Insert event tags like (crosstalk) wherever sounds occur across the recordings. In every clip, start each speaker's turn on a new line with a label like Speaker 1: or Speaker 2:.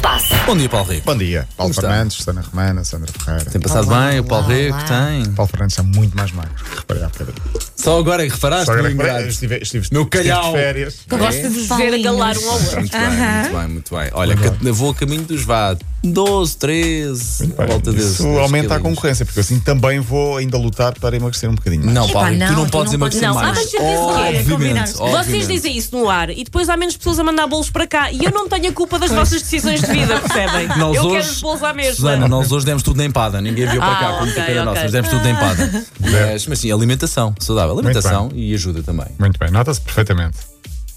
Speaker 1: passe.
Speaker 2: Bom dia, Paulo Rico.
Speaker 3: Bom dia.
Speaker 2: Como
Speaker 3: Paulo
Speaker 2: está? assim.
Speaker 3: Fernandes, Susana Romana, Sandra Ferreira.
Speaker 2: Tem passado
Speaker 1: Olá,
Speaker 2: bem, o Paulo
Speaker 1: olá,
Speaker 2: Rico
Speaker 1: olá.
Speaker 2: tem.
Speaker 3: Paulo Fernandes está muito mais magro. Reparei há bocadinho.
Speaker 2: Só agora é que reparaste,
Speaker 3: agora
Speaker 2: meu
Speaker 3: que tipo, reparei,
Speaker 2: ingrato.
Speaker 3: estive, estive,
Speaker 2: Meu
Speaker 3: estive
Speaker 2: calhau.
Speaker 3: de férias.
Speaker 1: Eu gosto de vos ver galar um ao outro.
Speaker 2: Muito bem, muito bem, muito bem. Olha, que- vou a caminho dos vá 12, 13, à
Speaker 3: Bem,
Speaker 2: volta desse.
Speaker 3: isso
Speaker 2: desses
Speaker 3: aumenta a
Speaker 2: quilinhos.
Speaker 3: concorrência, porque assim também vou ainda lutar para emagrecer um bocadinho. mais.
Speaker 2: Não, Paulo, Rico,
Speaker 1: não,
Speaker 2: tu não
Speaker 1: tu
Speaker 2: podes
Speaker 1: não podes-
Speaker 2: emagrecer
Speaker 1: não.
Speaker 2: mais. Oh,
Speaker 1: Ah, mas eu disse que era,
Speaker 2: obviamente,
Speaker 4: é, Vocês
Speaker 2: obviamente.
Speaker 4: dizem isso no ar e depois há menos pessoas a mandar bolos para cá e eu não tenho a culpa das vossas decisões de vida, percebem?
Speaker 2: (laughs) Nós
Speaker 4: eu quero os
Speaker 2: hoje,
Speaker 4: bolos à mesa.
Speaker 2: Susana, nós hoje demos tudo na empada. Ninguém viu para
Speaker 4: Ah,
Speaker 2: cá como
Speaker 4: ok,
Speaker 2: okay, era
Speaker 4: ok.
Speaker 2: nossa, mas demos
Speaker 1: Ah.
Speaker 2: tudo na empada. Mas, mas sim, alimentação saudável. Alimentação e ajuda também.
Speaker 3: Muito bem, nota-se perfeitamente.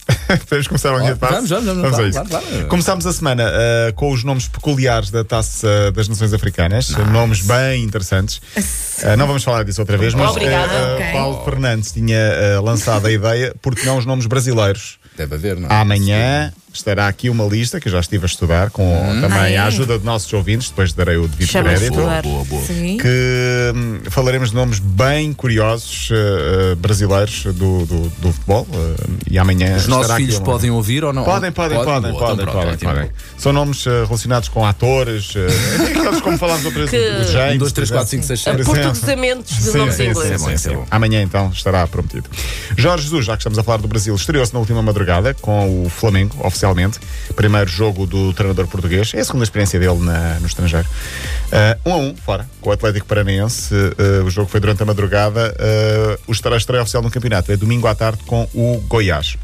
Speaker 3: (laughs) Podemos começar a
Speaker 2: Ó,
Speaker 3: linha de passe?
Speaker 2: vamos, vamos, vamos,
Speaker 3: a
Speaker 2: claro,
Speaker 3: isso.
Speaker 2: claro, claro.
Speaker 3: Começámos a semana ah, com os nomes peculiares da Taça das Nações Africanas. Nomes bem interessantes. Ah, não vamos falar disso outra vez, mas
Speaker 4: Obrigada.
Speaker 3: ah, ah,
Speaker 1: Ok.
Speaker 3: Paulo Fernandes tinha ah, lançado a ideia, porque não os nomes brasileiros.
Speaker 2: Deve haver, não é?
Speaker 3: Amanhã estará aqui uma lista que eu já estive a estudar com também
Speaker 1: Ah, é?
Speaker 3: a ajuda de nossos ouvintes, depois darei o devido
Speaker 4: Chama-se
Speaker 3: crédito.
Speaker 4: Boa,
Speaker 2: Boa, boa.
Speaker 1: Sim.
Speaker 3: Que hum, falaremos de nomes bem curiosos eh, eh, brasileiros do, do, do futebol eh, e amanhã
Speaker 2: Os nossos
Speaker 3: estará aqui
Speaker 2: filhos
Speaker 3: uma-
Speaker 2: podem ouvir ou não?
Speaker 3: Podem, podem, podem, podem,
Speaker 2: Boa,
Speaker 3: podem,
Speaker 2: então pronto, ótimo.
Speaker 3: podem. São nomes eh, relacionados com atores, eh, (laughs) aqueles como falámos outras vezes, do James,
Speaker 2: Um, dois, três,
Speaker 3: por exemplo.
Speaker 2: quatro, cinco, seis,
Speaker 3: Por
Speaker 2: sete.
Speaker 3: exemplo.
Speaker 1: é
Speaker 4: Portuguesamentos de nomes
Speaker 2: sim,
Speaker 4: ingleses.
Speaker 2: sim, sim, sim.
Speaker 3: Amanhã então estará prometido. Jorge Jesus, já que estamos a falar do Brasil, estreou-se na última madrugada com o Flamengo, oficialmente. Primeiro jogo do treinador português. É a segunda experiência dele na- no estrangeiro. Ah, um a um, fora, com o Atlético Paranaense. Ah, o jogo foi durante a madrugada. Ah, o estará estreia oficial no campeonato. É domingo à tarde com o Goiás.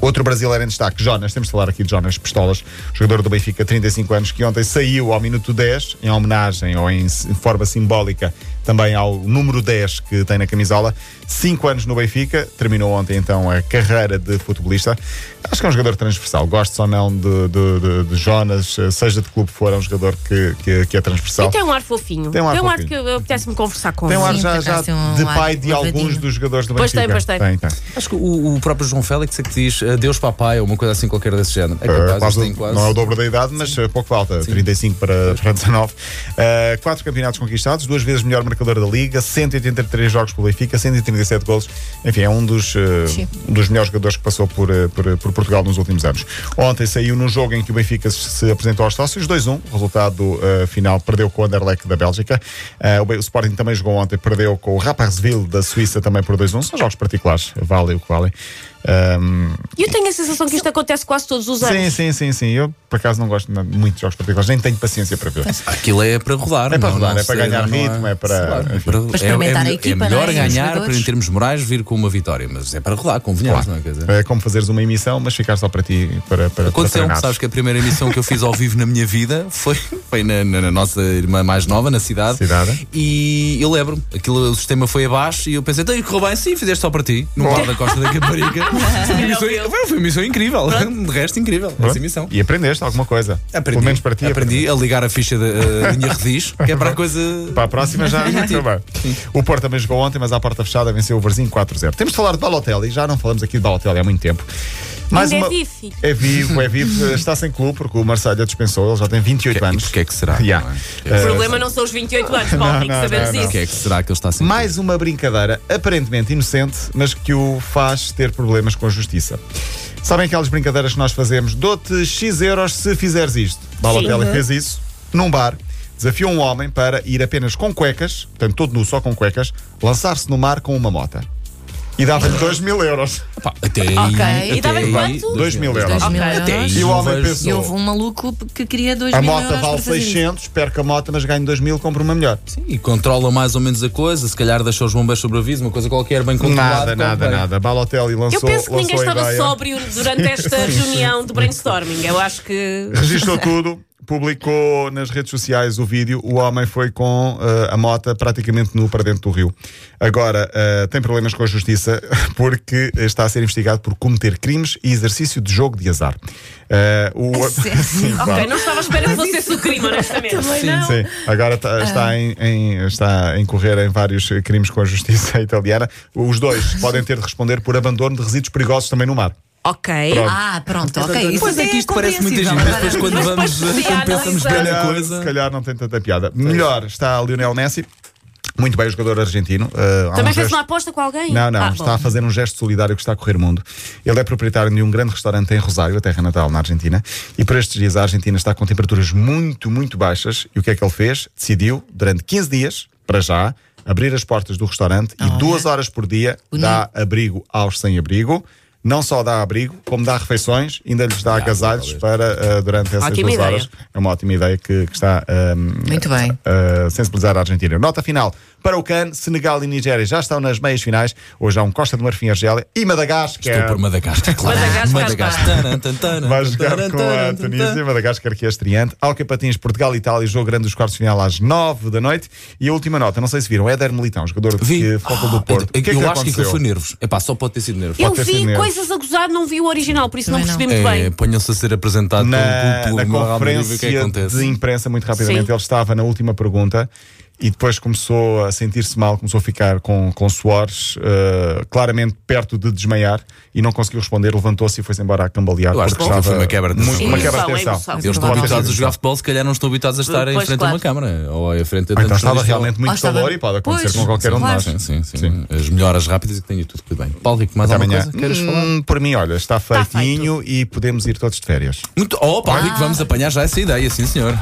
Speaker 3: Outro brasileiro em destaque, Jonas, temos de falar aqui de Jonas Pistolas, jogador do Benfica, 35 anos, que ontem saiu ao minuto 10, em homenagem ou em s- forma simbólica também ao número 10 que tem na camisola. 5 anos no Benfica, terminou ontem então a carreira de futebolista. Acho que é um jogador transversal, gosto ou não de, de- de- de Jonas, eh, seja de clube for, é um jogador que, que- que é transversal.
Speaker 4: E tem um ar fofinho.
Speaker 3: Tem um ar fofinho.
Speaker 4: que eu apetece-me conversar com
Speaker 3: Tem um ar
Speaker 4: ele.
Speaker 1: Sim,
Speaker 3: já,
Speaker 1: por
Speaker 3: já
Speaker 1: acaso tem um
Speaker 3: de
Speaker 1: ar
Speaker 3: pai de alguns
Speaker 1: lavadinho.
Speaker 3: dos jogadores do
Speaker 4: Pois tem,
Speaker 3: Benfica.
Speaker 4: pois tem.
Speaker 2: Acho que o, o próprio João Félix é que diz adeus papai ou uma coisa assim qualquer desse género. É
Speaker 3: Eh,
Speaker 2: capaz,
Speaker 3: quase-
Speaker 2: quase, tem quase.
Speaker 3: Não é o dobro da idade, mas eh, pouco falta. 35 para, (laughs) para 19. Eh, quatro campeonatos conquistados, duas vezes melhor marcador da Liga, 183 jogos pelo Benfica, 137 golos. Enfim, é um dos, eh,
Speaker 1: Sim.
Speaker 3: um dos melhores jogadores que passou por, eh, por, por Portugal nos últimos anos. Ontem saiu num jogo em que o Benfica se- se apresentou aos sócios, 2-1. O resultado eh, final perdeu com o Anderlecht da Bélgica. Eh, o, Be- o Sporting também jogou ontem, perdeu com o Rapperswil da Suíça também por 2-1. São jogos particulares, vale Ehm, o que valem. Ahm,
Speaker 4: E eu tenho a sensação que isto acontece quase todos os anos.
Speaker 3: Sim, sim, sim, sim. Eu por acaso não gosto na- muito de jogos particulares, nem tenho paciência para ver.
Speaker 2: Aquilo é para rodar,
Speaker 3: É para
Speaker 2: não-
Speaker 3: rodar,
Speaker 2: não
Speaker 3: é para
Speaker 2: sei,
Speaker 3: ganhar
Speaker 2: não
Speaker 3: ritmo, é para-
Speaker 2: Claro,
Speaker 3: enfim.
Speaker 2: para-
Speaker 1: Para experimentar a
Speaker 2: é,
Speaker 1: equipa,
Speaker 2: é melhor
Speaker 1: não é? Os
Speaker 2: ganhar, para,
Speaker 1: jogadores.
Speaker 2: em termos morais, vir com uma vitória, mas é para rodar, convenhamos, não é? Quer dizer,
Speaker 3: É como fazeres uma emissão, mas ficar só para ti para, para, para
Speaker 2: Aconteceu,
Speaker 3: treinar.
Speaker 2: sabes que a primeira emissão que eu fiz ao vivo na minha vida foi, foi na, na- na nossa irmã mais nova, na cidade.
Speaker 3: Cidade.
Speaker 2: E eu lembro-me, aquilo, o sistema foi abaixo e eu pensei, então correu bem, sim, fizeste só para ti, no lado da Costa da Caparica.
Speaker 1: (laughs) é?
Speaker 2: foi, uma emissão, foi uma emissão incrível, de resto, incrível, essa emissão.
Speaker 3: E aprendeste alguma coisa. Pelo menos para ti.
Speaker 2: aprendi a ligar a ficha da a linha
Speaker 3: (laughs)
Speaker 2: rediz, que é para a coisa.
Speaker 3: Para a próxima
Speaker 2: (laughs)
Speaker 3: já já trabalho. O Porto também jogou ontem, mas à porta fechada venceu o Varzim 4-0. Temos de falar de Balotelli, já não falamos aqui de Balotelli há muito tempo.
Speaker 4: Ainda é vivo, filho.
Speaker 3: É vivo, é vivo. Está sem clube porque o Marselha dispensou, ele já tem 28
Speaker 2: E
Speaker 3: anos.
Speaker 2: porquê é que será?
Speaker 3: (laughs) Yeah. Eh,
Speaker 2: não é?
Speaker 4: O problema não são os 28 anos, Paulo, tem que
Speaker 3: não,
Speaker 4: sabermos
Speaker 3: não, não.
Speaker 4: isso.
Speaker 2: Porquê é que será que ele está sem
Speaker 3: Mais uma brincadeira aparentemente inocente, mas que o faz ter problemas com a justiça. Sabem aquelas brincadeiras que nós fazemos? Dou-te X euros se fizeres isto. Balotelli
Speaker 4: Uhum.
Speaker 3: fez isso num bar. Desafiou um homem para ir apenas com cuecas, portanto todo nu só com cuecas, lançar-se no mar com uma mota. E dava-lhe 2 mil euros.
Speaker 2: Pá, até aí.
Speaker 1: Ok.
Speaker 2: até
Speaker 1: E
Speaker 4: dava
Speaker 2: aí-
Speaker 4: quanto?
Speaker 3: Dois mil euros.
Speaker 1: Dois mil
Speaker 2: Até aí
Speaker 1: euros.
Speaker 3: E o
Speaker 2: não
Speaker 3: homem
Speaker 2: vejo-
Speaker 3: pensou,
Speaker 1: E houve um maluco que queria 2
Speaker 3: A
Speaker 1: mil
Speaker 3: mota
Speaker 1: euros
Speaker 3: vale
Speaker 1: para fazer isso.
Speaker 3: 600, perca a mota, mas ganho 2 mil, compro uma melhor.
Speaker 2: Sim, e controla mais ou menos a coisa, se calhar deixou os bombeiros sobre aviso, uma coisa qualquer bem controlada.
Speaker 3: Nada, nada,
Speaker 2: convém.
Speaker 3: nada. Balotelli lançou,
Speaker 4: Eu penso que ninguém
Speaker 3: lançou a
Speaker 4: estava
Speaker 3: ideia.
Speaker 4: sóbrio durante esta reunião de brainstorming. Eu acho que.
Speaker 3: Registrou tudo, publicou nas redes sociais o vídeo. O homem foi com eh, a mota praticamente nu para dentro do rio. Agora eh, tem problemas com a justiça (laughs) porque está a ser investigado por cometer crimes e exercício de jogo de azar. Eh, (laughs) o...
Speaker 1: É sério?
Speaker 3: Sim,
Speaker 4: Ok,
Speaker 3: claro.
Speaker 4: não estava à espera que fosse esse o crime, honestamente.
Speaker 1: Também não. Ah.
Speaker 3: Sim, agora tá- está, em, em- está a incorrer em vários eh, crimes com a justiça (laughs) italiana. Os
Speaker 1: (laughs)
Speaker 3: dois podem ter de responder por abandono de resíduos perigosos também no mar.
Speaker 4: Ok.
Speaker 1: Ah, pronto, ok. Isso
Speaker 2: Pois é que isto parece muito giro,
Speaker 1: compreensível. é?
Speaker 2: mas depois quando
Speaker 4: Mas
Speaker 2: vamos,
Speaker 4: depois se
Speaker 2: quando pensamos bem
Speaker 4: analisar-
Speaker 2: na
Speaker 3: calhar,
Speaker 2: coisa.
Speaker 3: se calhar não tem tanta piada. Melhor está Lionel Messi. Muito bem o jogador argentino. eh, há
Speaker 4: Também
Speaker 3: um
Speaker 4: fez
Speaker 3: gesto-
Speaker 4: uma aposta com alguém?
Speaker 3: Não, não,
Speaker 4: Ah,
Speaker 3: está
Speaker 4: bom.
Speaker 3: a fazer um gesto solidário que está a correr o mundo. Ele é proprietário de um grande restaurante em Rosário, a terra natal, na Argentina. E por estes dias a Argentina está com temperaturas muito, muito baixas. E o que é que ele fez? Decidiu, durante 15 dias, para já, abrir as portas do restaurante e duas horas por dia dá abrigo aos sem-abrigo. Não só dá abrigo, como dá refeições, ainda lhes dá agasalhos para eh, durante essas
Speaker 4: Ótima
Speaker 3: duas
Speaker 4: ideia.
Speaker 3: horas. É uma ótima ideia que, que está ah,
Speaker 1: Muito bem.
Speaker 3: uh, sensibilizar a Argentina. Nota final para o CAN, Senegal e Nigéria já estão nas meias finais. Hoje há um Costa de Marfim Argélia e Madagascar.
Speaker 2: Estou por Madagascar, claro.
Speaker 4: Madagascar,
Speaker 2: Taran, tan, taran,
Speaker 3: Vai jogar
Speaker 2: taran,
Speaker 3: com a
Speaker 2: taran,
Speaker 3: Tunísia,
Speaker 2: tan.
Speaker 3: Madagascar que é estreante. Alcapatins, Portugal e Itália, jogo grande dos quartos de final às 9 da noite. E a última nota, não sei se viram, é Éder Militão, jogador de
Speaker 2: Vi.
Speaker 3: que foco do
Speaker 2: Ah,
Speaker 3: Porto.
Speaker 2: Eu,
Speaker 3: O que é
Speaker 2: eu
Speaker 3: que
Speaker 2: acho que aquilo
Speaker 3: aconteceu?
Speaker 2: foi nervos. É pá, só pode ter sido nervos.
Speaker 4: Eu
Speaker 3: ter
Speaker 4: vi
Speaker 3: sido nervos.
Speaker 4: coisas a gozar, não vi o original, por isso não
Speaker 1: Também não.
Speaker 4: percebi muito
Speaker 2: É,
Speaker 4: bem.
Speaker 2: Ponham-se a ser apresentado
Speaker 3: na,
Speaker 2: pelo
Speaker 3: na
Speaker 2: público no Real Madrid e ver o que é que
Speaker 3: conferência
Speaker 2: acontece.
Speaker 3: de imprensa, muito rapidamente,
Speaker 4: Sim.
Speaker 3: ele estava na última pergunta e depois começou a sentir-se mal, começou a ficar com, com suores, eh, claramente perto de desmaiar e não conseguiu responder, levantou-se e foi-se embora a cambalear.
Speaker 2: Eu acho
Speaker 3: porque
Speaker 2: que
Speaker 3: estava
Speaker 2: foi uma quebra de
Speaker 3: muito-
Speaker 2: tensão.
Speaker 3: uma
Speaker 4: Emoção,
Speaker 3: quebra de tensão.
Speaker 4: emoção.
Speaker 2: Eles estão
Speaker 4: Pode
Speaker 2: habituados a
Speaker 3: ser.
Speaker 2: jogar futebol, se calhar não estão habituados a estar em
Speaker 4: Pois,
Speaker 2: frente a uma
Speaker 4: claro.
Speaker 2: câmara ou em frente a
Speaker 3: Então
Speaker 2: tantos
Speaker 3: estava
Speaker 2: jornalistas.
Speaker 3: realmente muito
Speaker 1: Ah, estava-
Speaker 3: calor e pode acontecer
Speaker 1: Pois,
Speaker 3: com qualquer um de
Speaker 1: claro.
Speaker 3: nós.
Speaker 2: Sim, sim, sim,
Speaker 3: Sim.
Speaker 2: As melhoras rápidas e que tenho tudo, tudo bem. Paulo Rico, mais
Speaker 3: Até
Speaker 2: alguma
Speaker 3: amanhã.
Speaker 2: coisa? Queres falar?
Speaker 3: Hum, por mim, olha, está
Speaker 4: Está
Speaker 3: feitinho e podemos ir todos de férias.
Speaker 4: Ah.
Speaker 2: Muito. Oh, Paulo Rico, vamos apanhar já essa ideia, sim senhor.